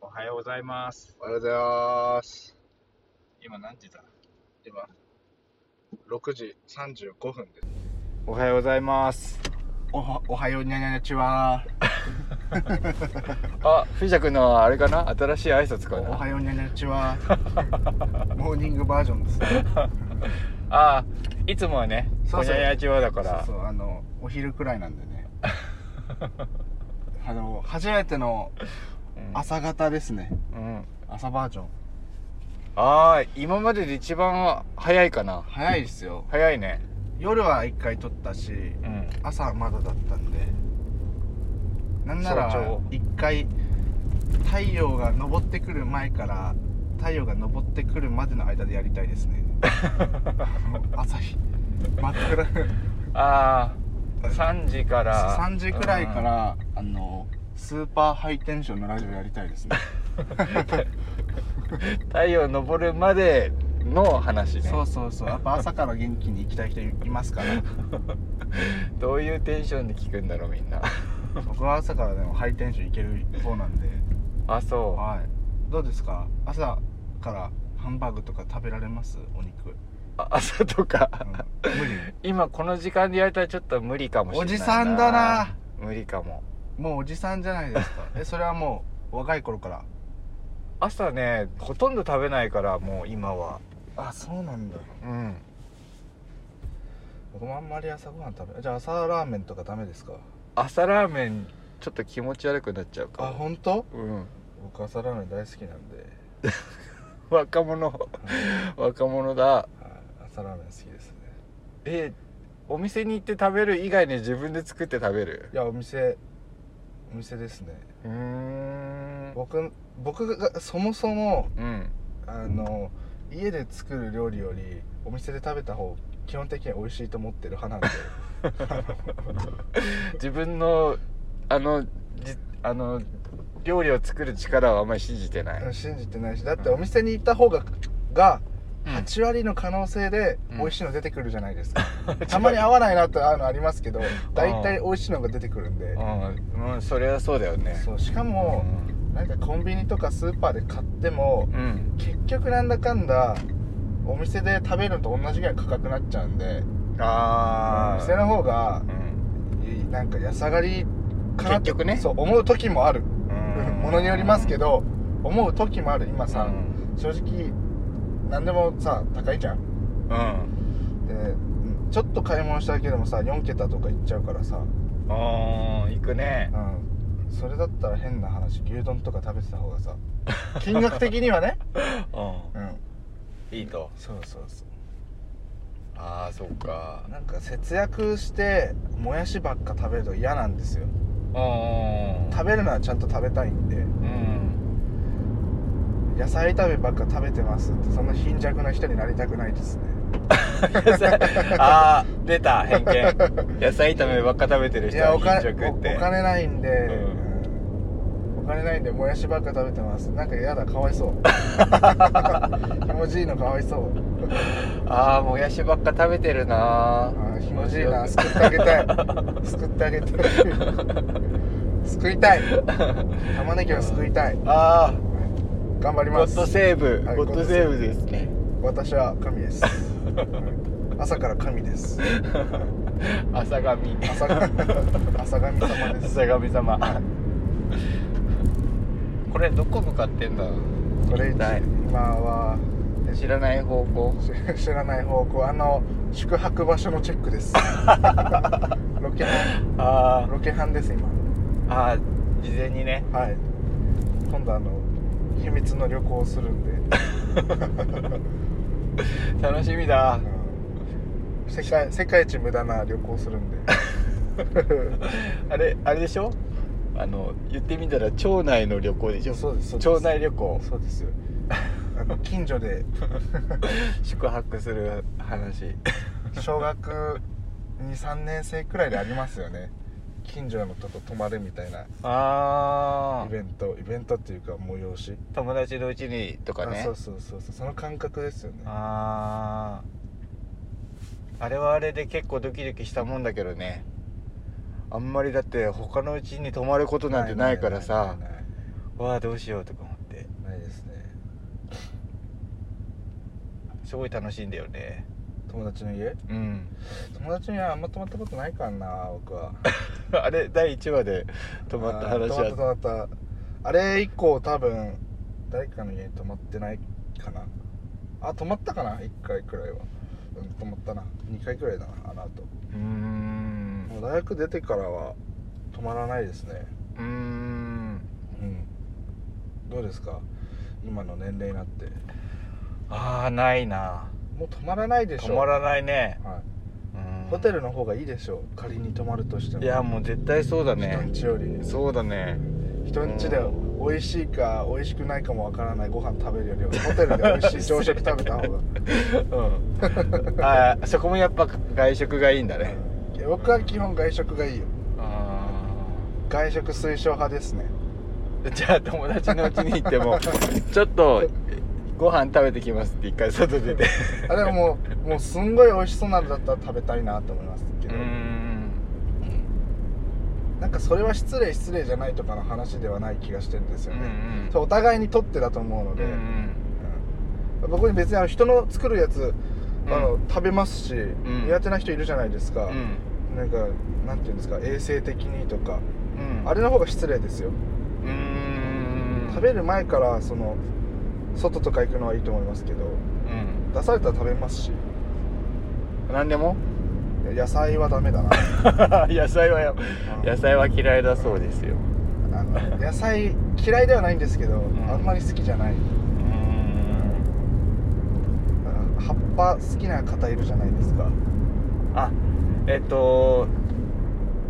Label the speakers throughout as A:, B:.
A: おはようございます。
B: おはようございます。
A: 今何時だ
B: 今、6時35分です。
A: おはようございます。
B: おは、おはようにゃにゃにゃちは。
C: あ、藤田君のあれかな新しい挨拶か
B: お
C: な
B: はようにゃにゃにゃ ちは。モーニングバージョンですね。
C: あいつもはね、
B: そ
C: こ
B: う
C: に
B: そう
C: ゃにゃちはだから
B: そうそう、あの、お昼くらいなんでね。あの、初めての
C: うん
B: 朝方ですね。
C: うん
B: 朝バージョン。
C: あー、今までで一番早いかな
B: 早いですよ。
C: 早いね
B: 夜は一回撮ったし、
C: うん
B: 朝はまだだったんで。なんなら
C: 早朝、
B: 一回、太陽が昇ってくる前から、太陽が昇ってくるまでの間でやりたいで すね。朝日真っ暗
C: あー、3時から
B: 3時くらいか、ら、あのスーパーハイテンションのラジオやりたいですね
C: うん太陽昇るまでの話ね
B: そうそうそうやっぱ朝から元気に行きたい人いますから
C: どういうテンションで聞くんだろうみんな
B: 僕は朝からでもハイテンションいける方なんで
C: あ、そ
B: はいどうですか朝からハンバーグとか食べられますお肉、うん
C: うあ朝とか
B: 無理
C: 今この時間でやれたらちょっと無理かもしれ
B: お
C: ない
B: じさんだな
C: 無理かも
B: もうおじさんじゃないです かえそれはもう若い頃から
C: 朝ねほとんど食べないからもう今は
B: あそうなんだ
C: うん
B: 僕もあんまり朝ごはん食べじゃあ朝ラーメンとかダメですか
C: 朝ラーメンちょっと気持ち悪くなっちゃうか
B: あ
C: も
B: 本当？
C: うん
B: 僕朝ラーメン大好きなんで
C: 若者若者だ
B: はい朝ラーメン好きですね
C: えお店に行って食べる以外に自分で作って食べる
B: いやお店お店ですね
C: うーん
B: 僕僕がそもそも
C: うん
B: あの家で作る料理よりお店で食べた方基本的に美味しいと思ってる派なんで
C: 自分のあのじあの料理を作る力 はあんまり信じてない、
B: 信じてないしだってお店に行った方がが
C: うん
B: 8割の可能性で
C: うん
B: 美味しいの出てくるじゃないですか、 たまに合わないなってあのありますけど大体美味しいのが出てくるんで
C: うん、うん、それはそうだよね
B: そうしかもなんかコンビニとかスーパーで買っても
C: うん、うん
B: 結局なんだかんだお店で食べるのと同じぐらい価格になっちゃうんで
C: ああ
B: 店の方が
C: うん
B: いいなんか安上がりかなって
C: 結局ね
B: そう思う時もある
C: うん
B: ものによりますけど思う時もある今
C: さ
B: さ、正直何でもさ高いじゃん
C: うん
B: でうんちょっと買い物しただけでもさ4桁とかいっちゃうからさ、
C: ああ行くね
B: うん、それだったら変な話牛丼とか食べてた方が さ金額的にはね、
C: う
B: うん、
C: んいいと
B: そうそうそう
C: ああそっか
B: なんか節約してもやしばっか食べると嫌なんですよ
C: うん
B: 食べるのはちゃんと食べたいんで
C: うん
B: 野菜炒めばっか食べてますってそんな貧弱な人になりたくないですね
C: ああ出た 偏見野菜炒めばっか食べてる
B: い
C: 人
B: や
C: は
B: お
C: 貧
B: 金
C: 弱
B: おお
C: って
B: 金ないんで、
C: う
B: お金ないんでもやしばっか食べてますなんかやだかわいそう ひもじいのかわいそう
C: ああもやしばっか食べてるな
B: あーひもじいな救ってあげたい救ってあげたい 救いたい玉ねぎを救いたい
C: ああ
B: 頑張り
C: ゴ
B: ま
C: ッ
B: す
C: ドセーブ
B: はい
C: ゴッドセーブですね
B: 私は神です はい朝から神です
C: 朝神
B: 朝 朝神様 です
C: 朝神様これどこ向かってんだ
B: これ
C: 痛い
B: 今は
C: 知らない方向
B: 知知らない方向あの宿泊場所のチェックです ロケハン
C: あ
B: ロケハンです今
C: あああ事前にね
B: はい今度あの秘密の旅行をするんで、
C: 楽しみ だ
B: うん世界世界一無駄な旅行をするんで
C: あれあれでしょあの言ってみたら町内の旅行でしょ
B: そうですそうです
C: 町内旅 行
B: そうですよあの近所で
C: 宿泊する話
B: 小学23年生くらいでありますよね近所のとこ泊まるみたいな
C: あ
B: イベントイベントっていうか催し
C: あ友達のうちにとかね
B: あそうそうそうそうその感覚ですよね
C: あああれはあれで結構ドキドキしたもんだけどねあんまりだって他のうちに泊まることなんてないからさ
B: ないないないない
C: わあどうしようとか思って
B: ないですね
C: すごい楽しいんだよね
B: 友達の家
C: うん
B: 友達にはあんま泊まったことないからな僕は
C: あれ第1話で止まった話
B: あー止
C: は
B: まった止まったあれ以降多分誰かの家に泊まってないかなあ泊まったかな1回くらいはうん泊まったな2回くらいだなあの後
C: うーん
B: もう大学出てからは泊まらないですね
C: うーん
B: うんどうですか今の年齢になって
C: ああないな
B: もう泊まらないでしょ
C: 止まらないね
B: は
C: うん
B: い、ホテルの方がいいでしょう仮に泊まるとしても
C: いやもう絶対そうだ
B: 人
C: ね
B: んちより
C: そうだね
B: 人んちで美味しいか美味しくないかもわからないご飯食べるよりはホテルで美 味しい 朝食食べた方が
C: うんあーそこもやっぱ外食がいいんだね
B: いや僕は基本外食がいいよ
C: あ
B: 外食推奨派ですね
C: あ じゃあ友達のうちに行って もちょっとご飯食べてきますって一回外出て
B: あれはもうもうすんごい美味しそうなのだったら食べたいなと思いますけど、
C: ん
B: なんかそれは失礼失礼じゃないとかの話ではない気がしてるんですよね、
C: うんうん
B: そうお互いにとってだと思うので、
C: うんうん
B: うん僕に別にあの人の作るやつ、あ
C: う
B: の食べますし、
C: ん
B: 苦手な人いるじゃないですか、
C: うん
B: なんかなんていうんですか衛生的にとか
C: うん
B: あれの方が失礼ですよ
C: うーん
B: 食べる前からその外とか行くのはいいと思いますけど
C: うん
B: 出されたら食べますし
C: 何で も
B: 野菜はダメ だな
C: 野菜はや野菜は嫌いだそうですよ
B: あの野菜嫌いではないんですけど、
C: ん
B: あんまり好きじゃない
C: うん
B: あ葉っぱ好きな方いるじゃないですか
C: あえっと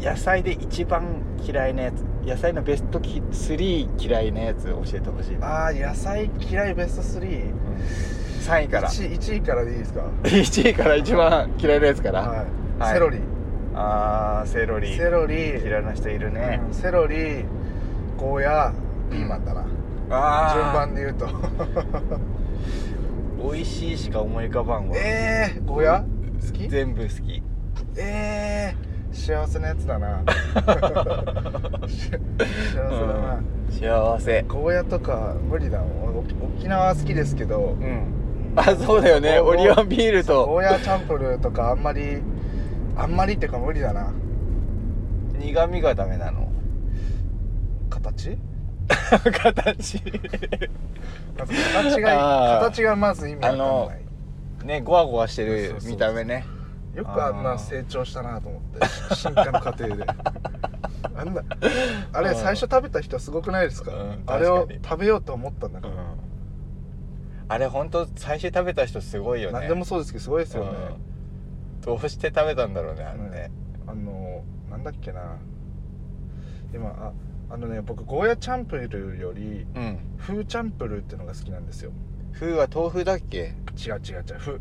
C: 野菜で一番嫌いなやつ野菜のベストキ3嫌いなやつ教えてほしいな
B: ああ野菜嫌いベスト3
C: 3位から
B: 1, 位からでいいですか
C: 1位から一番嫌いなやつから、
B: はい、
C: はい
B: セロリ
C: あーセロリ
B: セロリ
C: 嫌いな人いるね、
B: うんセロリゴーヤピーマンだな、
C: あ
B: 順番で言うと
C: 美味しいしか思い浮かばんわ
B: ええー、ゴーヤ好き
C: 全部好き
B: ええー、幸せなやつだ なし幸せだな、
C: 幸せ
B: ゴーヤとか無理だもん沖沖縄好きですけど
C: うんあそうだよね
B: ゴ
C: オ
B: ー
C: リオンビール
B: ゴ
C: と
B: ーヤチャンプルーとかあんまりあんまりっていうか無理だな
C: 苦味がダメなの
B: 形
C: 形
B: まず形が
C: あー
B: 形がまず意味わかんない
C: ねゴワゴワしてる
B: そうそうそう
C: 見た目ね
B: よくあん
C: あ
B: な
C: ー
B: 成長したなと思って進化の過程 であんなあ
C: う
B: れ
C: ん
B: 最初食べた人すごくないですか,、
C: うん
B: あれを
C: 確かに
B: 食べようと思ったんだから、
C: あれ本当最初食べた人すごいよね
B: 何でもそうですけどすごいですよ
C: う
B: ね、
C: んどうして食べたんだろうねあれね、
B: あのなんだっけな今ああのね僕ゴーヤチャンプルーより
C: うん
B: フーチャンプルーってのが好きなんですよ
C: 風は豆腐だっけ
B: 違う違う違うフ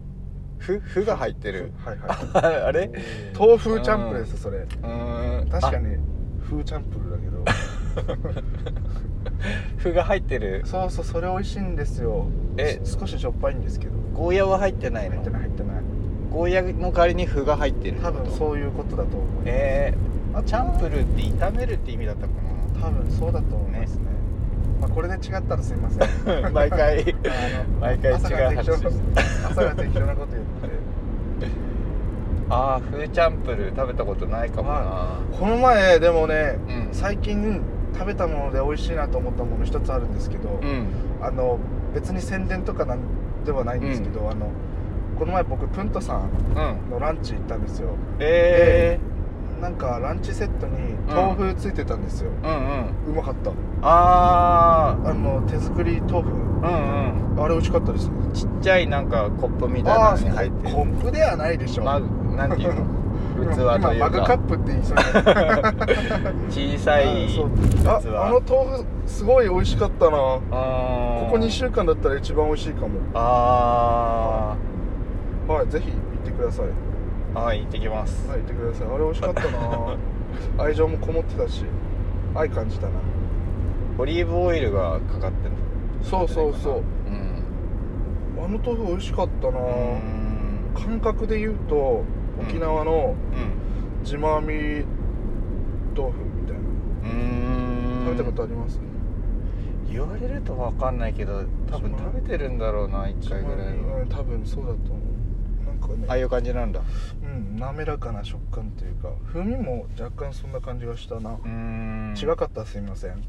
C: ふふが入ってる
B: フはいはい
C: ああれ
B: 豆腐チャンプルーですそれ
C: うーん
B: 確かにフーチャンプルーだ けど
C: あふが入ってる
B: そうそうそれ美味しいんですよ
C: え
B: す少ししょっぱいんですけど
C: ゴーヤは入ってない
B: 入
C: の
B: ってない入ってない
C: ゴーヤの代わりに麩が入ってるって
B: 多
C: こと
B: 分そういうことだと思う
C: えー、
B: あ
C: チャンプルーって炒めるって意味だったか
B: 多分そうだと思いますねまあこれで違ったらすいませ ん
C: な毎 回
B: あの
C: 毎回違う
B: 朝が
C: 話
B: 適当
C: してる
B: 朝が適当なこと言って
C: ああ風チャンプルー食べたことないかもな、
B: この前でもね、
C: うん
B: 最近食べたもので美味しいなと思ったもの一つあるんですけど、
C: うん
B: あの別に宣伝とかなんではないんですけど、あのこの前僕プントさん
C: うん
B: のランチ行ったんですよ
C: え
B: なんかランチセットに豆腐ついてたんですよ、
C: ー、うんうん
B: うまかった
C: あ
B: あの手作り豆腐
C: あうん
B: あれ美味しかったですね
C: うんちっちゃいなんかコップみたい
B: あ
C: なの
B: あ
C: に入って
B: コップではないでしょ、
C: マグなんていうの器というか
B: 今マグカップって言いそうになった
C: 小さい
B: そう
C: 器
B: ああの豆腐すごい美味しかったなこ
C: あー
B: こ2週間だったら一番美味しいかも
C: あ
B: はい、ぜひ行ってください。は
C: ーはい行ってきます、
B: い、行ってください。あれ美味しかった な。愛情もこもってたし、愛感じたな。
C: オリーブオイルがかかってる
B: そうそうそう。
C: うん
B: あの豆腐美味しかったな
C: う。ん
B: 感覚で言うと、
C: うん
B: 沖縄の
C: うん
B: ジマーミ豆腐みたいな。
C: うーん
B: 食べたことあります？
C: 言われると分かんないけど多分食べてるんだろうな1回ぐらい
B: うん
C: は
B: 多分そうだと思うなんかね
C: ああいう感じなんだ
B: うん、滑らかな食感というか風味も若干そんな感じがしたな、
C: うーん
B: 違かったらすいません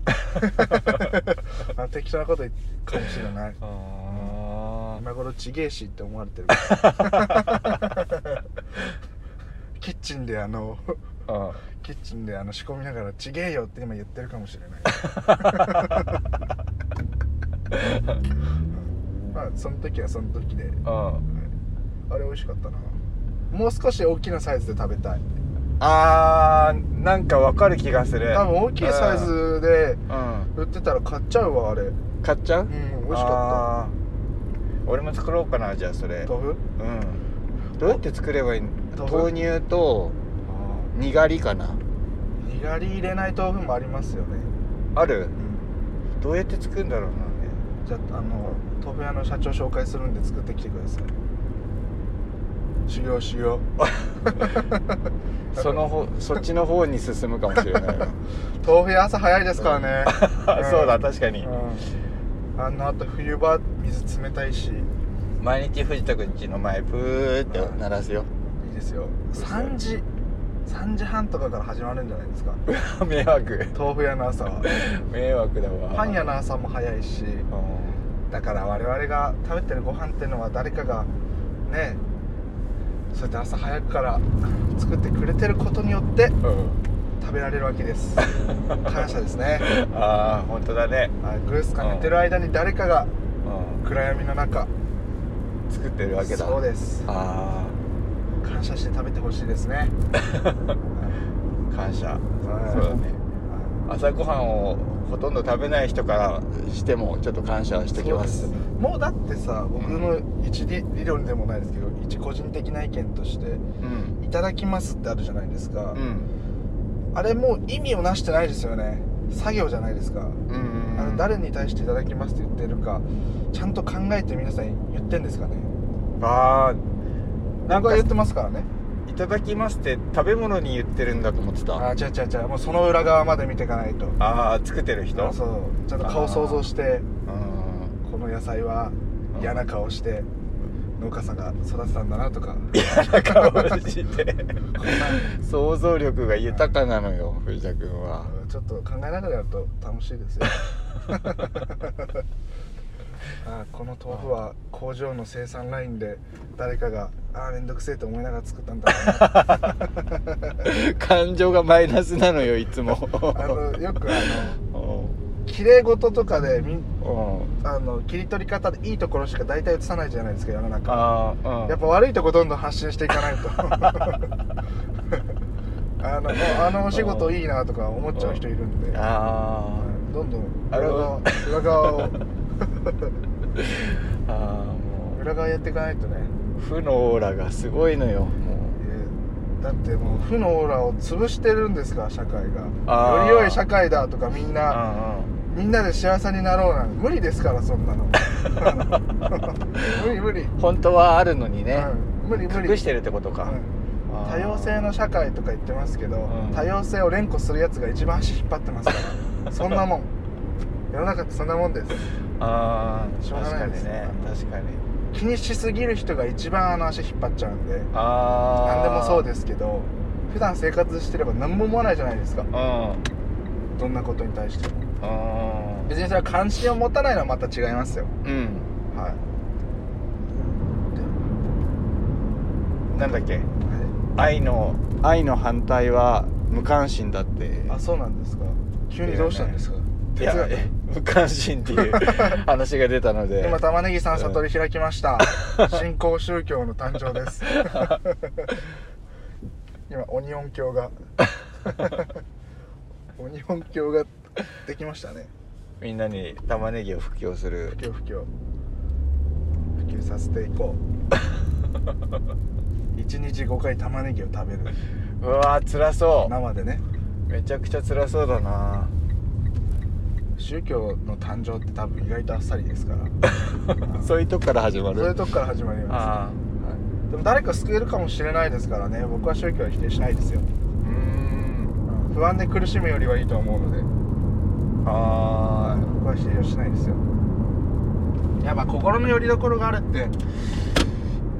B: あ適当なこと言ってかもしれない
C: あ
B: 今頃ちげえしって思われて るからキッチンであの
C: ーあ
B: キッチンであの仕込みながらちげえよって今言ってるかもしれないうんまあその時はその時で
C: あ
B: あれ美味しかったなもう少し大きなサイズで食べたい
C: あーなんか分かる気がする
B: 多分大きいサイズで
C: うん
B: 売ってたら買っちゃうわあれうん
C: 買っちゃう
B: 美
C: 美
B: 味しか
C: った俺も作ろうかなじゃあそ
B: っ
C: れ
B: た豆腐
C: うんどうやって作ればいいの
B: 豆腐
C: 豆乳とにがりかな
B: にがり入れない豆腐もありますよね、
C: あるどうやって作るんだろうな
B: じゃああの豆腐屋の社長紹介するんで作ってきてくださいしようしよ
C: そのほそっちの方に進むかもしれない な
B: う豆腐屋朝早いですからね、ん
C: そうだ確かに
B: うんあのあと冬場水冷たいしい
C: 毎日藤田くん家の前プーって鳴らす よ
B: いですよ3時3時半とかから始まるんじゃないですか
C: 迷惑
B: 豆腐屋 の朝は
C: 迷惑だわ
B: パン屋の朝も早いし
C: うん
B: だから我々が食べてるご飯ってのは誰かがねそうやって朝早くから作ってくれてることによって
C: うん
B: 食べられるわけです 感謝ですね
C: ああ本当だね
B: あグースか寝てる間に誰かが
C: う
B: 暗闇の中
C: ん作ってるわけだ
B: そうです
C: あ
B: 感謝して食べてほしい ですね
C: あ感謝
B: はい
C: そうだね朝ごはんをほとんど食べない人からしてもちょっと感謝してきます
B: そうですもうだってさ僕の一理理論でもないですけど一個人的な意見として
C: うん
B: 「いただきます」ってあるじゃないですか、
C: うん
B: あれもう意味をなしてないですよね作業じゃないですか、
C: うん
B: あの誰に対して「いただきます」って言ってるかちゃんと考えて皆さん言ってんですかね
C: ああなん
B: 僕は
C: か
B: 言ってますからね
C: いただきますって食べ物に言ってるんだと思ってた
B: あ違う違う違うもうその裏側まで見ていかないと
C: ああ作ってる人
B: そううちゃんと顔
C: あー
B: 想像して
C: ん
B: この野菜は
C: うん
B: 嫌な顔して農家さんが育てたんだなとか
C: 嫌な顔して想像力が豊かなのよ藤田君は
B: ちょっと考えながらやると楽しいですよ あこの豆腐は工場の生産ラインで誰かがああ面倒くせえと思いながら作ったんだろ
C: 感情がマイナスなのよいつも
B: うなあのよくあ
C: うん
B: の綺麗事とかでみ
C: うん
B: あの切り取り方でいいところしか大体映さないじゃないですか世の中
C: ああうん
B: やっぱ悪いとこどんどん発信していかない とあのあのお仕事いいなとか思っちゃう人いるんで
C: あ
B: どんどん
C: あ
B: 裏側裏側を
C: ーあーも
B: 裏側やっていかないとね
C: う負のオーラがすごいのよも
B: いやだってもう負のオーラを潰してるんですから社会
C: あ
B: が
C: ー
B: より良い社会だとかみん
C: う
B: なみんなで幸せになろうなんて無理ですからそんな の無理無理、
C: うん本当はあるのにね、
B: うん無理無理
C: 隠してるってことか、
B: うん
C: あー
B: 多様性の社会とか言ってますけど、
C: うん
B: 多様性を連呼するやつが一番足引っ張ってますから そんなもん世の中ってそんなもんです
C: ああ
B: しょうが
C: 確
B: な
C: か
B: いで
C: に
B: す
C: ね確かに
B: 気にしすぎる人が一番あの足引っ張っちゃうんで
C: ああ
B: 何でもそう
C: す
B: ですけど普段生活してれば何も思わないじゃないですか
C: うんうん
B: どんなことに対しても別にそれは関心を持たないのはまた違いますよ
C: うん
B: はい
C: なんだっけ
B: では
C: 愛の愛の反対は無関心だって
B: いあそうなんですか急にどうしたんですか
C: い
B: 哲
C: や
B: 学
C: え無関心って いう話が出たので
B: 今玉ねぎさん悟り開き ました新興宗教の誕生です 今オニオン 教がオニオン教ができましたね
C: みんなに玉ねぎを布教する
B: 不況不況普及させて いこう一日5回玉ねぎを食べる
C: うわー辛そ
B: 生でね
C: うめちゃくちゃ辛そうだ な
B: 宗教の誕生って多分意外とあっさりで すから
C: そういうとこから始ま
B: そう
C: る
B: いうとこから始まりま
C: あ
B: す、はい、でも誰か救えるかもしれないですからね僕は宗教は否定しないですよ
C: あうーん
B: 不安で苦しむよりはいいと思うので
C: あー
D: 僕は否定はしないですよ
B: やっぱ心の拠り所があるって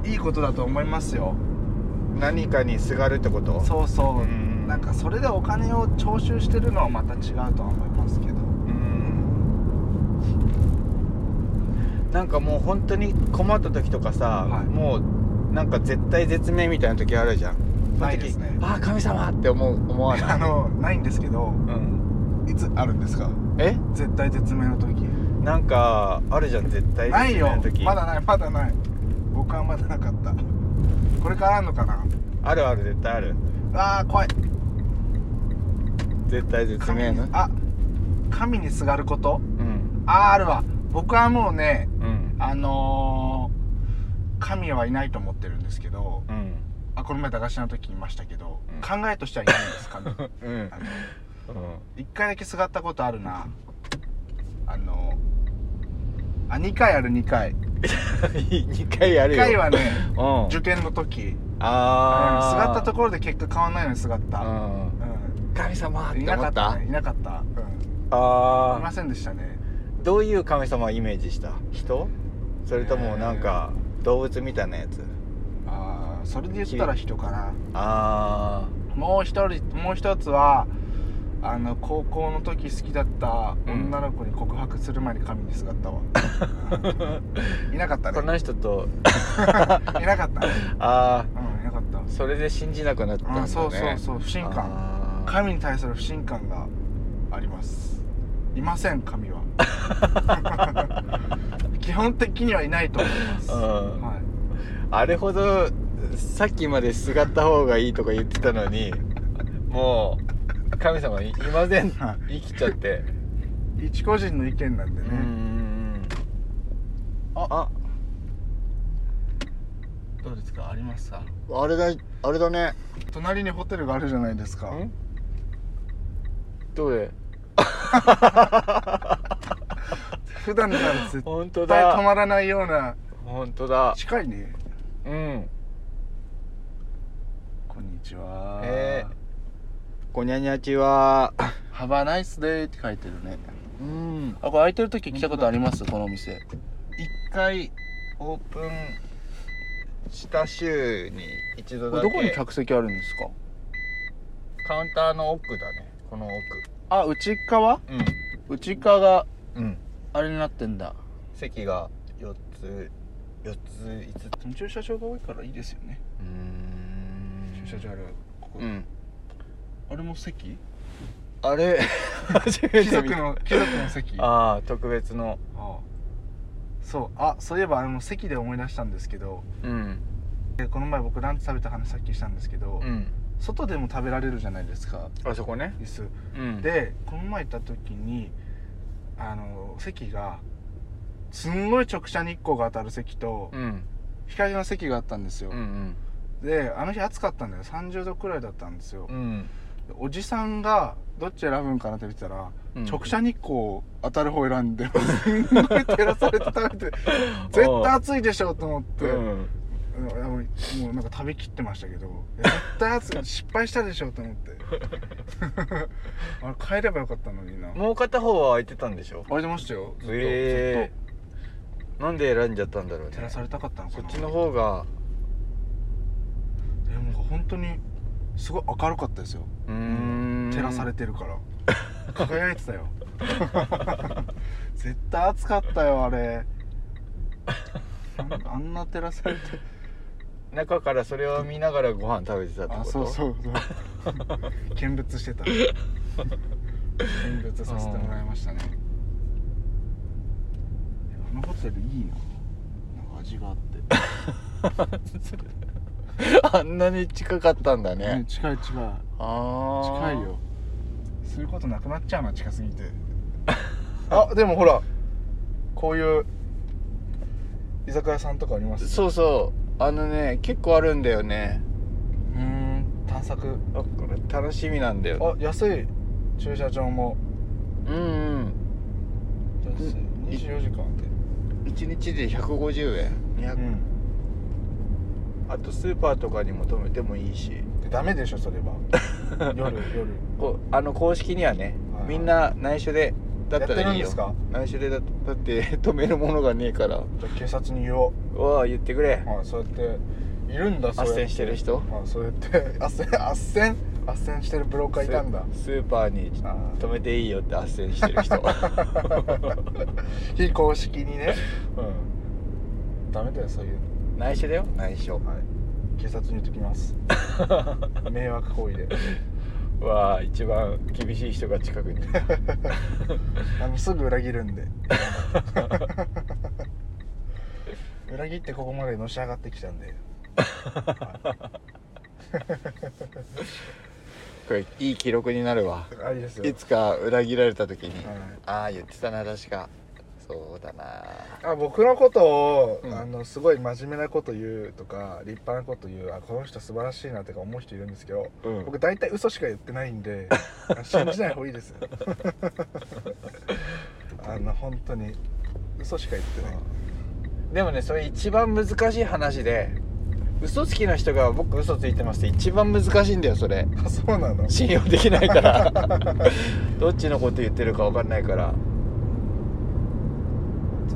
B: いいことだと思いますよ
C: 何かにすがるってこと
B: そうそう、
C: うん
B: なんかそれでお金を徴収してるのはまた違うとは思いますけど
C: うんなんかもう本当に困った時とかさ、
B: はい
C: もうなんか絶対絶命みたいな時あるじゃん
B: ないですね
C: その時ああ神様って思う思わな
B: あ
C: い、
B: のないんですけど
C: うん、
B: いつあるんですか
C: え
B: 絶対絶命の時
C: なんかあるじゃん絶対
B: ない
C: 絶
B: よ
C: 命の時
B: まだないまだない僕はまだなかったこれからあるのかな
C: あるある絶対ある
B: あー怖い
C: 絶対絶
B: 神
C: 命
B: に
C: の
B: あ神にすがること
C: うん
B: あーあるわ僕はもうね
C: うん
B: あのー、神はいないと思ってるんですけど
C: うん
B: あこの前駄菓子屋の時言いましたけど、
C: うん
B: 考えとしてはいないんで す神あの
C: うん
B: 一回だけすがったことあるなあのあ2回ある2回
C: 2回ある
B: 1
C: よ
B: 回はね
C: うん
B: 受験の時うん
C: あ
B: す
C: あ
B: がったところで結果変わんないのにすがった、
C: うん
B: う
C: 神様っ
B: ん、い
C: て
B: な
C: 思
B: か
C: っ
B: った
C: た
B: ねいなかった、うん、い
C: あ
B: ませんでしたね
C: ーどういう神様をイメージした人それともなんか動物みたいなやつ
B: あーそれで言ったら人かな
C: あ
B: もう一人もう一つはあの高校の時好きだった
C: うん
B: 女の子に告白する前に神にす がったわ、うんいなかった
C: あ
B: ね
C: この人と
B: いなかったね
C: あ
B: うんいなかった
C: あそれで信じなくなったんだね
B: うんそうそうそう不信感
C: あー
B: 神に対する不信感がありますいません 神は基本的にはいないと思います、
C: うん
B: はい
C: あれほどさっきまですがった方がいいとか言ってたのにもう神様いいません
B: は
C: 生きちゃって
B: 一個人の意見なんで
C: う
B: ね、
C: んあ
B: どうですかありますか
C: ああれだあれだね
B: 隣にホテルがあるじゃないですか
C: んどれ
B: 普段なら絶
C: 本当
B: 対止
C: だ
B: まらないような
C: 本当だ
B: 近いね
C: うん
B: こんにちは
C: えこにゃにゃちは
B: 「ハバナイスデイ」って書いてるね
C: うん
B: あこれ空いてる時来たことありますこのお店
C: 一回オープンした週に一度
B: こ
C: だ
B: れ
C: け
B: どこに客席あるんですか
C: カウンターの奥だねこの奥
B: あ内側
C: うん
B: 内側が
C: うん
B: あれになってんだ
C: 席が4つ4つ5つ
B: 駐車場が多いからいいですよね
C: うーん
B: 駐車場あるここ、
C: うん
B: あれも 席
C: あ れ初めて
B: 貴
C: 見
B: 族の貴族の席
C: ああ特別の
B: ああそうあそういえばあの席で思い出したんですけど
C: うん
B: えこの前僕ランチ食べた話さっきしたんですけど、
C: うん
B: 外でも食べられるじゃないですか
C: あそこね
B: 椅子、
C: うん
B: でこの前行った時にあの席がすんごい直射日光が当たる席と
C: うん
B: 日陰の席があったんですよ
C: う、ん
B: であの日暑かったんだよ30度くらいだったんですよ
C: う、ん
B: でおじさんがどっち選ぶんかなって見てたら、
C: うん
B: 直射日光当たる方選 んですんごい照らされて食べて絶対暑いでしょと思って、
C: うん
B: うんでももうなんか食べきってましたけどいや絶対暑い失敗したでしょと思って あれ帰ればよかったのにな
C: もう片方は空いてたんでしょ
B: あれ出ましたよずっと、
C: ええなんで選んじゃったんだろう
B: ずっと照
C: ね
B: らされたかったのか
C: そ
B: な
C: っちの方が
B: でもなんか本当にすごい明るかったですよ
C: うーん
B: 照らされてるから 輝いてたよ 絶対暑かったよあれなんかあんな照らされて
C: 中からそれを見ながらご飯食べてたってこと
B: あそうそうそう 見物してた見物させてもらいましたねあのホテルいいななんか味があっ
C: あんなに近かったんだ
B: て、ね、
C: ね
B: 近い近い
C: ああ
B: 近いよすることなくなっちゃうな近すぎて
D: あでもほらこういう居酒屋さんとかあります
C: そうそうあのね結構あるんだよね
D: うーん探索
C: あこれ楽しみなんだよ
D: あ安い駐車場も
C: うん
D: 安い
C: ん
D: 24時間って
C: うん1日で150円200、
D: うん
C: あとスーパーとかにも止めてもいいし
D: でダメでしょそれは夜夜
C: こうあの公式にはね、
D: はいはい
C: みんな内緒でだった
B: や
C: ら
B: って
C: いい
B: るん
C: よ
B: ですか
C: 内緒でだ だって止めるものがねえから
B: じゃあ警察に言おう
C: おあ言ってくれ
B: あそうやっているんだそうやっ
C: 斡旋してる人
B: あそうやって斡旋斡旋斡旋してるブローカーいたんだ
C: ススーパーに
B: あー
C: 止めていいよって斡旋してる人
B: 非公式にね、うん、ダメだよそういう
C: 内緒だよ内緒
B: の、はい、警察に言ってきます 迷惑行為で
C: わあ一番厳しい人が近く に
B: あのすぐ裏切る んで裏切ってここまでのし上がってきたん で
C: これいい記録になるわ
B: あいいですよ
C: いつか裏切られた時に、
B: はい
C: ああ言ってたな確かそうだな
B: あ僕のことを、
C: うん
B: あのすごい真面目なこと言うとか立派なこと言うあこの人素晴らしいなとか思う人いるんですけど、
C: うん
B: 僕大体嘘しか言ってないん であ信じない方がいいですよあの本当に嘘しか言ってない、
C: でもねそれ一番難しい話で嘘つきの人が僕嘘ついてますって一番難しいんだよそれ
B: あそうなの
C: 信用できないから どっちのこと言ってるか分かんないから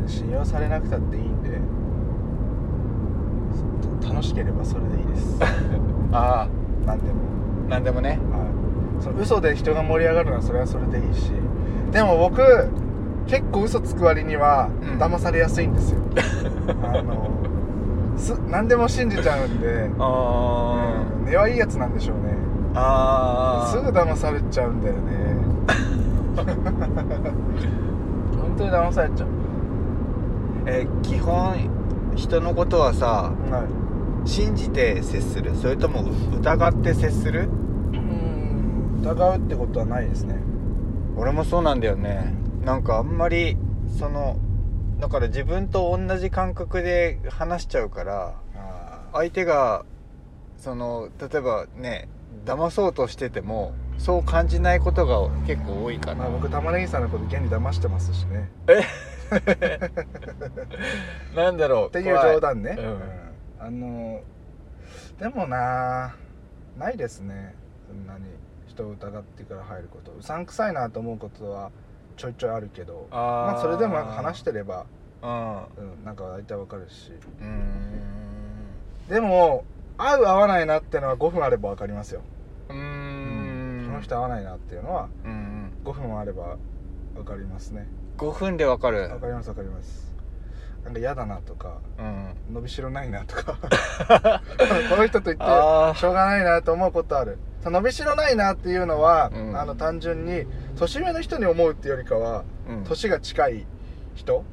B: 信用されなくたっていいんで楽しければそれでいいです
C: ああ
B: 何でも
C: 何でもね
B: はい、その嘘で人が盛り上がるのはそれはそれでいいしでも僕結構嘘つく割には
C: うん
B: 騙されやすいん ですよ、あのす何でも信じちゃうんで
C: あー
B: 根はいいやつなんでしょうね
C: あ
B: すぐ
C: ー
B: 騙されちゃうんだよね 本当に騙されちゃう
C: え基本人のことはさ
B: はい
C: 信じて接するそれとも疑って接する
B: うん疑うってことはないですね
C: 俺もそうなんだよねなんかあんまりそのだから自分と同じ感覚で話しちゃうから
B: あ
C: 相手がその例えばね騙そうとしててもそう感じないことが結構多いかな
B: まあ僕玉ねぎさんのこと現に騙してますしね
C: なんだろう
B: っていう冗談ね、
C: 怖いうん
B: あのでもなないですねそんなに人を疑ってから入ることうさんくさいなと思うことはちょいちょいあるけど
C: あー
B: まあそれでもなんか話してれば、
C: うんう
B: うん、なんか大体わかるし
C: ーん
B: でも合う合わないなってのは5分あればわかりますよ、
C: うー
B: うんこの人合わないなっていうのは
C: うんうん
B: 5分あればわかりますね
C: 5分でわかる
B: わかりますわかりますなんか嫌だなとか
C: うん
B: 伸びしろないなと かこの人と言って
C: あー
B: しょうがないなと思うことあるその伸びしろないなっていうのは、
C: うん
B: あの単純に年上の人に思うっていうよりかは
C: うん
B: 年が近い人に思うこ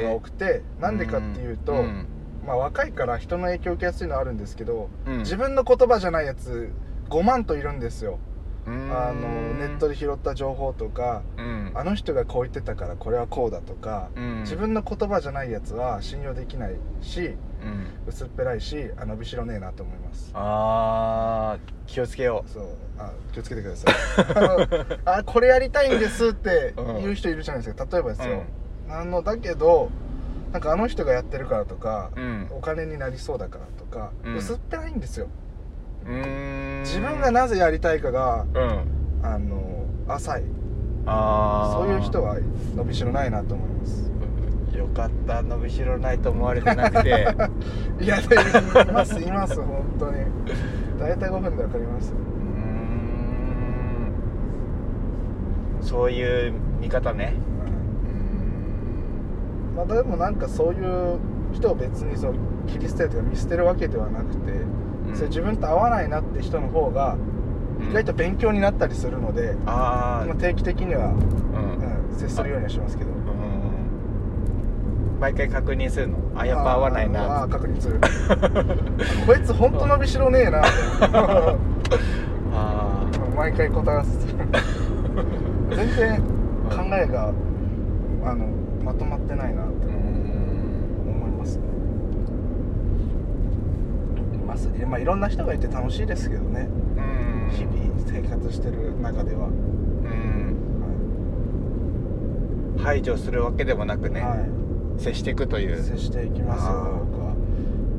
B: とが多くて、なんでかっていうと、
C: ん
B: まあ、若いから人の影響を受けやすいのはあるんですけど、
C: うん
B: 自分の言葉じゃないやつ5万といるんですよ、
C: うーん
B: あのネットで拾った情報とか
C: うん
B: あの人がこう言ってたからこれはこうだとか、
C: うん
B: 自分の言葉じゃないやつは信用できないし
C: うん
B: 薄っぺらいしあ伸びしろねえなと思います
C: あー気をつけよ
B: そうあ気をつけてく ださいああこれやりたいんですって言う人いるじゃないですか例えばですよ、あのだけどなんかあの人がやってるからとか、
C: ううん
B: お金になりそうだからとか、
C: うん
B: 薄っぺらいんですよ
C: うーん
B: 自分がなぜやりたいかが
C: うん
B: あの浅い
C: ああ
B: そういう人は伸びしろないなと思います
C: よかった伸びしろないと思われてな くて
B: いやでもいますいます本当に大体5分で分かります
C: うーんそういう見方ねうーん
B: まあ、でもなんかそういう人を別にそう切り捨てるとか見捨てるわけではなく
C: ん
B: て、それ自分と合わないなって人の方が意外と勉強になったりするので、
C: あ
B: ま
C: あ
B: あ、定期的には、
C: うん
B: うん、接するようにはしますけど
C: うん毎回確認するのあやっぱ合わない
B: あーあ
C: な
B: ー確認する こいつ本当伸びしろねえな
C: あ
B: 毎回答え合わせ する全然考えが、あのまとまってないなって
C: ーうーん
B: 思いますねまあそれまあ、いろんな人がいて楽しいですけどね、
C: うん
B: 日々生活してる中では、は
C: うん排除するわけでもなく
B: い
C: ね、
B: は
C: 接していくとい
B: い、
C: う
B: 接していきます
C: あー
B: よ僕は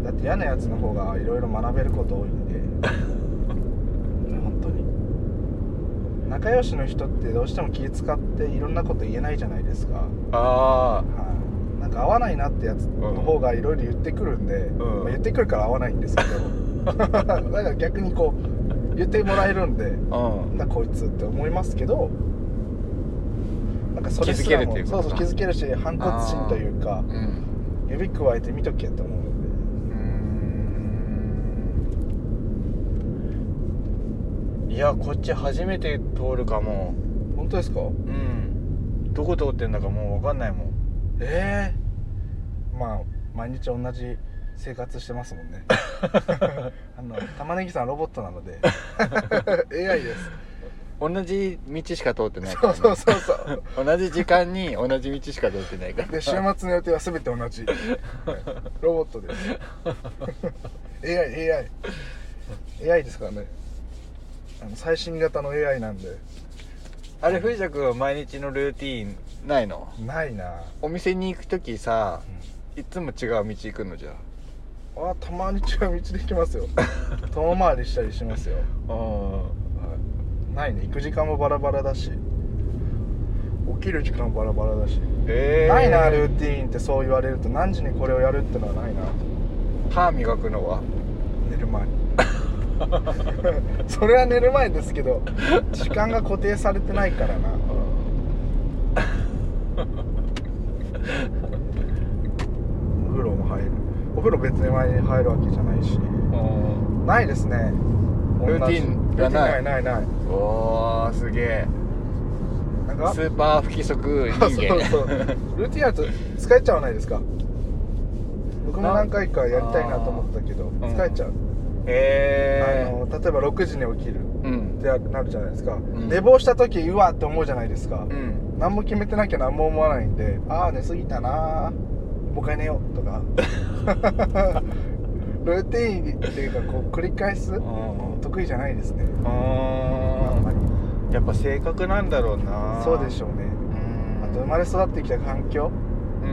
B: だって嫌なやつの方 がいろいろ学べること多いんで本当に仲良しの人ってどうしても気使っていろんなこと言えないじゃないですか、は
C: あ
B: い、なんか合わないなってやつの方がいろいろ言ってくるんで、
C: ん
B: まあ言ってくるから合わないんですけ どだから逆にこう言ってもらえるんで
C: あうん
B: なんだこいつって思いますけどなんかそれすらも
C: 気づけるっていうこ
B: そ
C: と
B: う
C: か
B: そう気づけるし反骨心というか
C: うん
B: 指くわえて見とけって思うので
C: いやこっち初めて通るかも
B: 本当ですか
C: うんどこ通ってんだかもう分かんないもん
B: ええまあ毎日同じ生活してますも んねあの玉ねぎさんロボットなので AI です
C: 同じ道しか通ってないか
B: そ
C: ら、
B: う
C: ね、
B: そうそうそう
C: 同じ時間に同じ道しか通ってないから
B: で週末の予定は全て同じはいロボットです AIAI AI ですからねあの最新型の AI なんで
C: あれ藤田君は毎日のルーティーンないの
B: ないな、
C: お店に行く時さ
B: う
C: いつも違う道行くのじゃ
B: ん、あたまに違う道で行き ますよ遠回りしたりしますよ、
C: ああ
B: はい、ないね行く時間もバラバラだし起きる時間もバラバラだし、
C: えー、
B: ないなルーティーンってそう言われると何時にこれをやるってのはないな
C: 歯磨くのは
B: 寝る前 それは寝る前ですけど時間が固定されてないからなお風呂も入るお風呂別に前に入るわけじゃないしないですね
C: ルーティンがない
B: ルーティンないないない
C: おーすげえ
B: なん
C: ス
B: か
C: ーパー不規則人
B: あそう
C: 間
B: そうルーティンやると疲れちゃわないですか僕も何回かやりたいなと思ったけど
C: あー
B: 疲れちゃう、
C: え
B: あの例えば6時に起きる
C: ー、うん
B: ってなるじゃないですか、
C: ん
B: 寝坊した時うわって思うじゃないですか、
C: うん
B: 何も決めてなきゃ何も思わないんでああ寝すぎたなーもう一回寝よう とかルーティーンっていうかこう繰り返す
C: ん
B: 得意じゃないですねあんま
C: あ
B: り
C: ーやっぱ性格なんだろうな
B: そうでしょうね
C: うん
B: あと生まれ育ってきた環境、
C: うん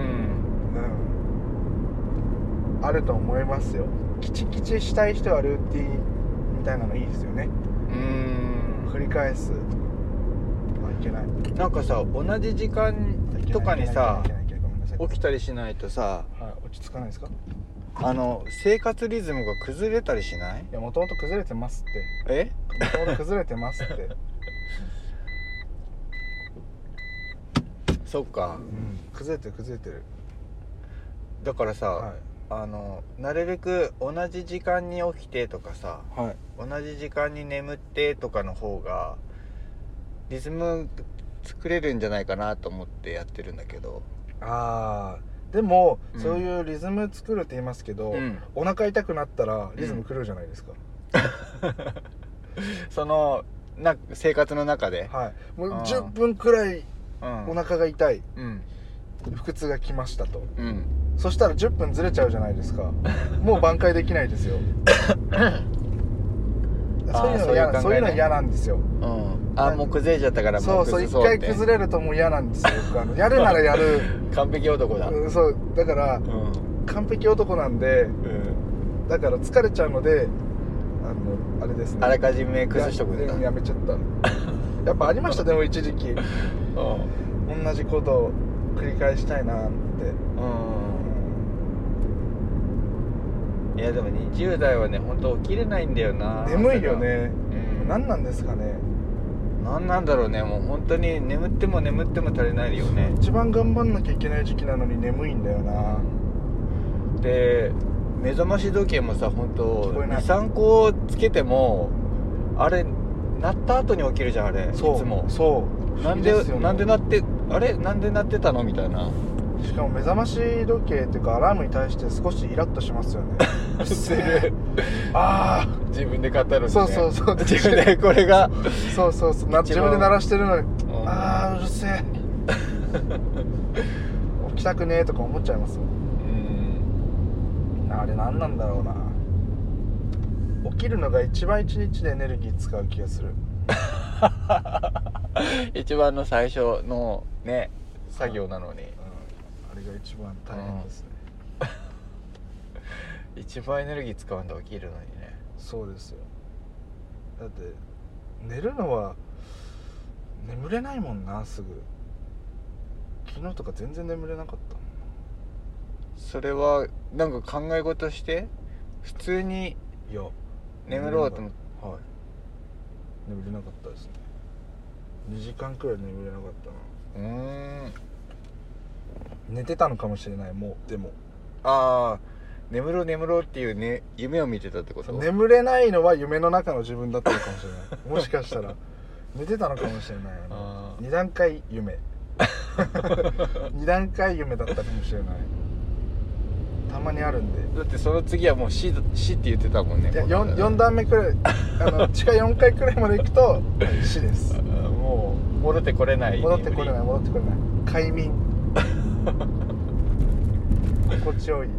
B: うん、あると思いますよきちきちしたい人はルーティーンみたいなのいいですよね
C: うん
B: 繰り返すあいけない
C: なんかさ同じ時
B: あい
C: 間
B: けない
C: とかにさ
B: いけないいけないいけないごめんなさい
C: 起きたりしないとさ
B: はい、落ち着かないですかい
C: あの生活リズムが崩れたりしない
B: やもともと崩れてますって
C: え
B: ちょうど崩れてます って、
C: そっか
B: 崩れてる崩れてる
C: だからさ、
B: は
C: あのなるべく同じ時間に起きてとかさ
B: いはい
C: 同じ時間に眠ってとかの方がリズム作れるんじゃないかなと思ってやってるんだけど
B: あーでも、
C: うん
B: そういうリズム作るって言いますけど、
C: うん
B: お腹痛くなったらリズム狂うじゃないですか、
C: そのな生活の中で、
B: はいもう
C: あー
B: 10分くらい
C: うん
B: お腹が痛い
C: うん
B: 腹痛が来ましたと
C: うん
B: そしたら10分ずれちゃうじゃないです かもう挽回できないですよそういうの嫌な
C: あーそういう考えね
B: そういうの嫌なんですよ
C: うんあもう崩れちゃったからも
B: そううそう
C: 崩
B: 一
C: そうっ
B: 回
C: て
B: 崩れるともう嫌なんですよ僕あのやるならやる、
C: 完璧男だ
B: うんそうだから
C: うん
B: 完璧男なんで
C: うん
B: だから疲れちゃうのであのあれですね
C: あらかじめ崩しとくんだ
B: ややめちゃったやっぱありましたでも一時期
C: う
B: 同じことを繰り返したいなって、
C: んうんいやでも20代はね本当起きれないんだよな
B: 眠いよね
C: うん
B: 何なんですかね
C: なんなんだろうねもう本当に眠っても眠っても足りないよね
B: 一番頑張んなきゃいけない時期なのに眠いんだよな
C: で目覚まし時計もさ本当
B: 聞こえない
C: 23個つけてもあれ鳴った後に起きるじゃんあれいつ
B: そう
C: も
B: そう
C: なん
B: 不
C: で
B: 思議すよね
C: なんで鳴ってあれなんで鳴ってたのみたいな
B: しかも目覚まし時計っていうかアラームに対して少しイラッとしま すよねうっせえああ
C: 自分で語るのね
B: そうそうそう
C: 自分でこれが
B: そうそうそうな
C: 一
B: 自
C: 番
B: 分で鳴らしてるの
C: う
B: に
C: ん
B: あーうるせえ 起きたくねえとか思っちゃいますもん
C: うん
B: あれ何なんだろうな起きるのが一番一日でエネルギー使う気がする
C: 一番の最初のね作業なのに
B: うんあれが一番大変ですね、
C: 一番エネルギー使うんだ起きるのにね
B: そうですよだって寝るのは眠れないもんなすぐ昨日とか全然眠れなかった
C: それはなんか考え事して普通に
B: いや
C: 眠ろうと思って
B: はい眠れなかったですね2時間くらい眠れなかったな
C: うーん
B: 寝てたのかもしれないもうでも
C: ああ眠ろう眠ろうっていう、ね、夢を見てたってこと
B: 眠れないのは夢の中の自分だったのかもしれない もしかしたら寝てたのかもしれない
C: あー
B: 2段階 夢2段階夢だったかもしれないたまにあるんで
C: だってその次はもう死だ死って言ってたもんね
B: いや
C: この
B: 4,
C: 間
B: 4段目くらいあの地下4階くらいまで行くとはい死です
C: あーもう戻ってこれない
B: 戻ってこれない
C: 眠
B: 戻ってこれない快眠心地よい
C: り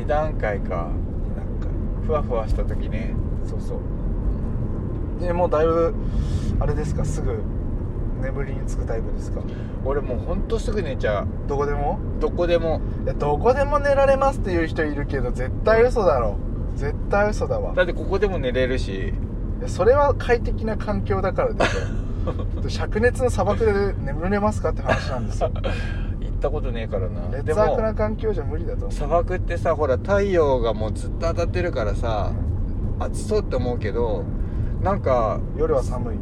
C: 二段階か
B: 2段階
C: ふわふわした時ね
B: そうそうでもうだいぶあれですかすぐ眠りにつくタイプですか
C: 俺もうほんとすぐ寝ちゃう
B: どこでも
C: どこでも
B: いやどこでも寝られますっていう人いるけど絶対嘘だろ絶対嘘だわ
C: だってここでも寝れるし
B: いやそれは快適な環境だからで しょ灼熱の砂漠で眠れますかって話なん ですよ
C: 行ったことねえからなで
B: 劣悪な
C: も
B: 環境じゃ無理だと思
C: 砂漠ってさほら太陽がもうずっと当たってるからさ暑そうって思うけどなんか
B: う夜は寒い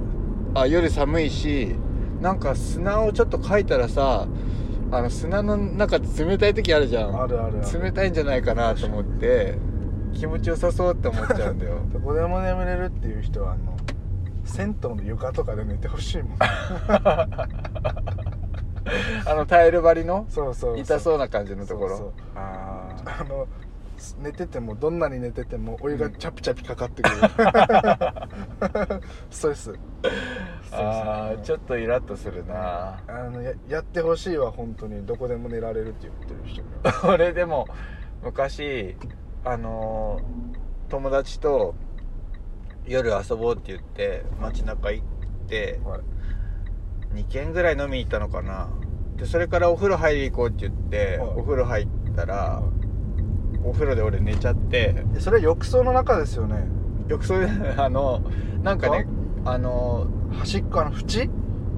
C: あ夜寒いしなんか砂をちょっとかいたらさあの砂の中って冷たい時あるじゃん
B: あるあるある
C: 冷たいんじゃないかなと思って気持ちよさそうって思っちゃうんだよ
B: どこでも眠れるっていう人はあの銭湯の床とかで寝てほしいも ん
C: あのタイル張りの
B: そうそうそう
C: 痛そうな感じのとこ
B: そうそう
C: ろああ
B: あのす寝ててもどんなに寝ててもお湯がチャピチャピかかってくる、 ストレスストレス
C: あーちょ
B: っ
C: っとイラッとする な
B: あのややってほしいわ本当にどこでも寝られるって言ってる人が
C: 俺でも昔あのー友達と夜遊ぼうって言って街中行って
B: はい
C: 2軒ぐらい飲みに行ったのかなでそれからお風呂入り行こうって言って
B: はい
C: お風呂入ったらお風呂で俺寝ちゃって
B: えそれは浴槽の中ですよね
C: 浴槽で あのなんかねあの
B: 端っこの縁
C: ー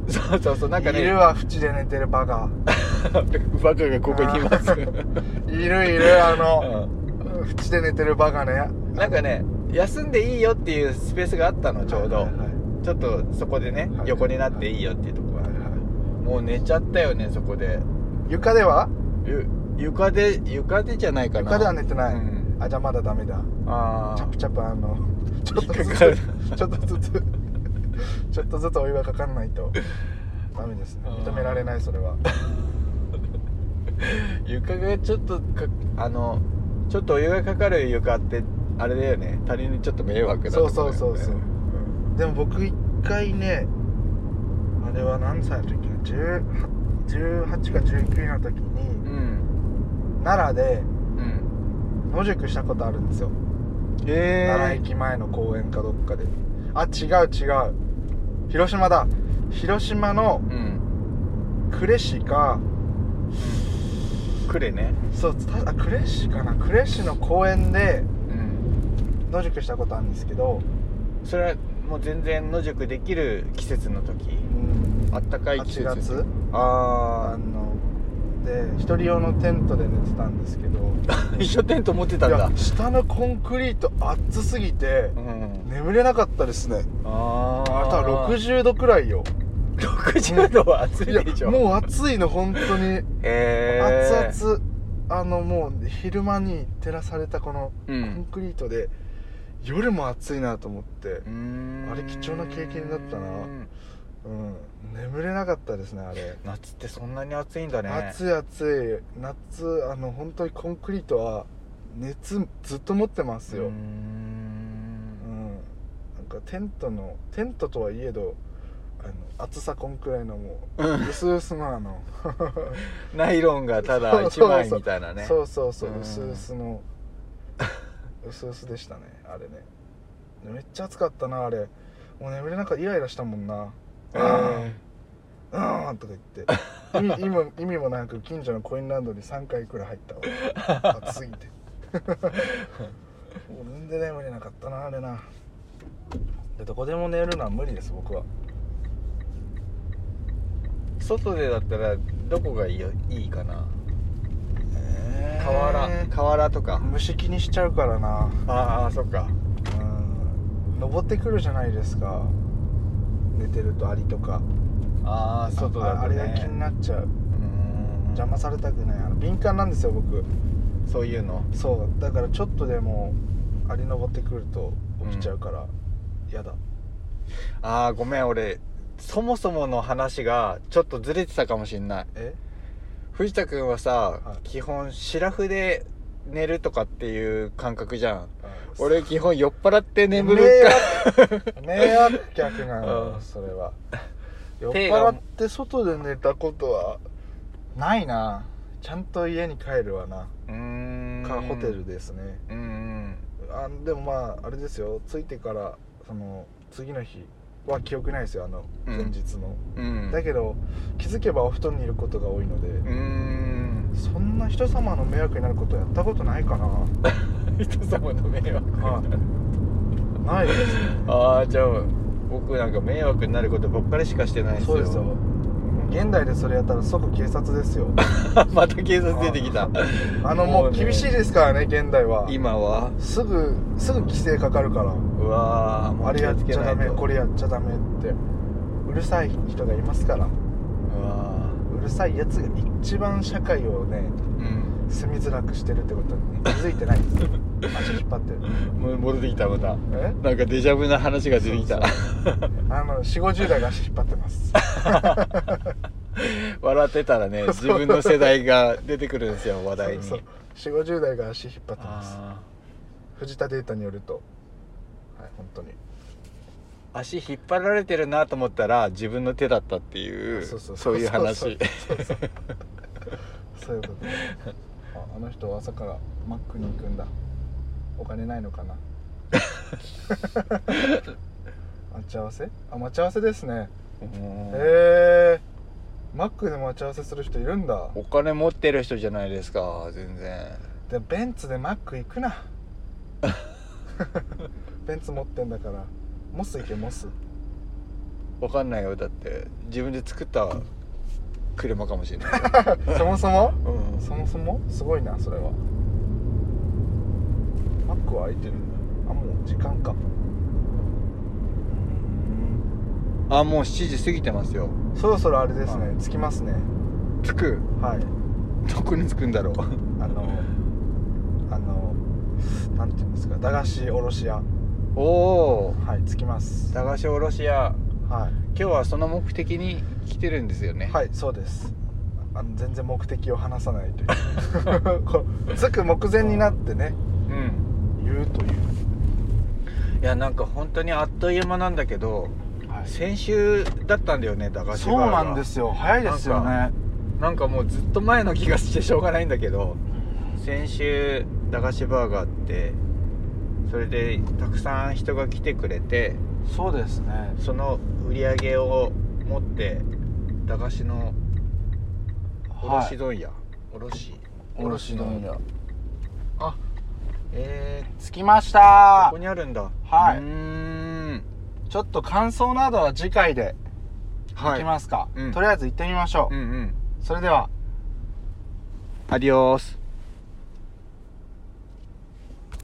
C: そうそうそうなんかね
B: いるわ縁で寝てるバカ
C: バカがここにいます、
B: いるいるあの
C: うん
B: 縁で寝てるバカね
C: なんかね休んでいいよっていうスペースがあったのちょうど、
B: はいはいはい
C: ちょっとそこでね、
B: はい
C: 横になっていいよっていうとこが、
B: はいは
C: もう寝ちゃったよねそこで
B: い床では
C: ゆ床で床でじゃないかな
B: 床では寝てない、
C: うん
B: あじゃあまだダメだ
C: あ
B: チャ
C: あ
B: プチャプ あのちょっとず
C: 引っかかる
B: つちょっと ずつちょっとずつお湯がかかんないとダメですね
C: あー
B: 認められないそれは
C: 床がちょっとかあのちょっとお湯がかかる床ってあれだよね他人にちょっと迷惑だ
B: そうそうそうそう、でも僕一回ねあれは何歳の時か18 18か19の時
C: う
B: に
C: ん
B: 奈良で
C: うん
B: 野宿したことあるんですよ、奈
C: え
B: 良駅前の公園かどっかであ違う違う広島だ広島の
C: ー、うん
B: 呉市か
C: くれね
B: そうたあ呉市かな呉市の公園で
C: うん
B: 野宿したことあるんですけど、
C: それはもう全然野宿できる季節の時
B: うん、
C: あったかい季節
B: 8月あ
C: あ
B: ので一人用のテントで寝てたんですけど
C: あ一緒テント持ってたん
B: い
C: だ
B: や下のコンクリート熱すぎて
C: うん
B: 眠れなかったですね
C: あ
B: あ
C: あ
B: とは60度くらいよ
C: 60度は暑いでしょ
B: いやもう暑いの本当に
C: えー、
B: 熱々あのもう昼間に照らされたこの
C: う
B: コン
C: ん
B: クリートで、夜も暑いなと思って
C: うーん
B: あれ貴重な経験だったなうん眠れなかったですねあれ
C: 夏ってそんなに暑いんだね
B: 暑い暑い夏あの本当にコンクリートは熱ずっと持ってます
C: う
B: よ、
C: ー
B: うん
C: ん
B: なんかテントのテントとはいえどあの厚さこんくらいのも
C: うん
B: う薄々のあの
C: ナイロンが ただ一
B: そうそう
C: 枚
B: そう
C: みたいなね
B: そうそうそう
C: うん
B: 薄々の薄々でしたねあれねめっちゃ暑かったなあれもう眠れなんかったイライラしたもんな
C: えー
B: うーんとか言って 意味意味も意味もなく近所のコインランドに3回くらい入ったわ暑すぎて もう全然眠れなかったなあれなでどこでも寝るのは無理です僕は
C: 外でだったらどこがいいよいいかな
B: え
C: 河原河原とか
B: 虫気にしちゃうからな
C: ああそっか
B: うん登ってくるじゃないですか寝てるとアリとか
C: ああ外だ
B: ああ
C: と
B: れ
C: ね
B: が気になっちゃう
C: うん
B: 邪魔されたくないあの敏感なんですよ僕
C: そういうの
B: そうだからちょっとでもアリ登ってくると起きちゃうから、やだ
C: ああごめん俺そもそもの話がちょっとずれてたかもしんない
B: え
C: 藤田君はさ、
B: はい
C: 基本シラフで寝るとかっていう感覚じゃん
B: あ
C: 俺基本酔っ払って眠る
B: 迷惑客なの
C: う
B: よ
C: ん
B: それは酔 っ
C: 手が
B: 払って外で寝たことはないなちゃんと家に帰るわな
C: うーん
B: かホテルですね
C: うんうん
B: あでもまああれですよ着いてからその次の日は記憶ないですよあの
C: うん
B: 前日の、
C: うん
B: だけど気づけばお布団にいることが多いので、
C: うーん
B: そんな人様の迷惑になることやったことない かな
C: 人様の迷惑
B: はいないですね
C: ああじゃあ僕なんか迷惑になることばっかりしかしてないですよ
B: そうですよ現代でそれやったら即警察で すよ
C: また警察出てきた
B: あのも
C: もう
B: う
C: ね
B: 厳しいですからね現代は
C: 今は
B: すぐすぐ規制かかるから
C: うわーも
B: あ
C: う
B: れ
C: 気
B: や
C: を
B: っ
C: つけ
B: ちゃ
C: な
B: ダ
C: い
B: メ
C: と
B: これやっちゃダメってうるさい人がいますから
C: うわ
B: うるさいやつが一番社会をね
C: ーうん
B: 住みづらくしてるってことにね気づいてないんですよ足引っ張ってる
C: もう戻ってきたまた
B: え
C: なんかデジャブな話が出てきた
B: あの4 5 0代が足引っ張ってます
C: 笑ってたらね自分の世代が出てくるんですよ話題に
B: そうそう4 5 0代が足引っ張ってます
C: あ
B: 藤田データによるとはい本当に
C: ー足引っ張られてるなと思ったら自分の手だったっていう
B: そうそう
C: そういう
B: そう
C: 話
B: そうそうそういうことねああの人は朝からマックに行くんだお金ないのか な待ち合わせあ待ち合わせですね
C: うん
B: へえマックで待ち合わせする人いるんだ
C: お金持ってる人じゃないですか全然
B: でもベンツでマック行 くなベンツ持ってんだからモス行けモス
C: わかんないよだって自分で作った車かもしれ ない、
B: そもそも
C: うん
B: そもそもすごいなそれはマックは開いてるんだあもう時間か
C: あもう7時過ぎてますよ
B: そろそろあれですね
C: は
B: 着きますね
C: 着く
B: はい
C: どこに着くんだ ろう
B: あのあのなんていうんですか駄菓子卸屋
C: おお
B: はい着きます
C: 駄菓子卸屋
B: は
C: 今日はその目的に来てるんですよね
B: い、はい、そうですあの全然目的を話さないという こう着く目前になってね
C: うん
B: 言うという
C: いやなんか本当にあっという間なんだけど
B: はい
C: 先週だったんだよね駄菓子バー
B: そう
C: が
B: なんですよ早いですよ
C: な
B: ね
C: なんかもうずっと前の気がしてしょうがないんだけど先週駄菓子バーがあってそれでたくさん人が来てくれて
B: そうですね
C: その売り上げを持って駄菓子の
B: は
C: 卸
B: い
C: 問屋、卸
B: 卸問屋
C: あえー、
B: 着きまし
C: こ
B: た
C: こにあるんだ
B: はいう
C: ーん
B: ちょっと感想などは次回で
C: はい
B: きますか、
C: うん
B: とりあえず行ってみましょう、
C: うんうん
B: それでは
C: アディオース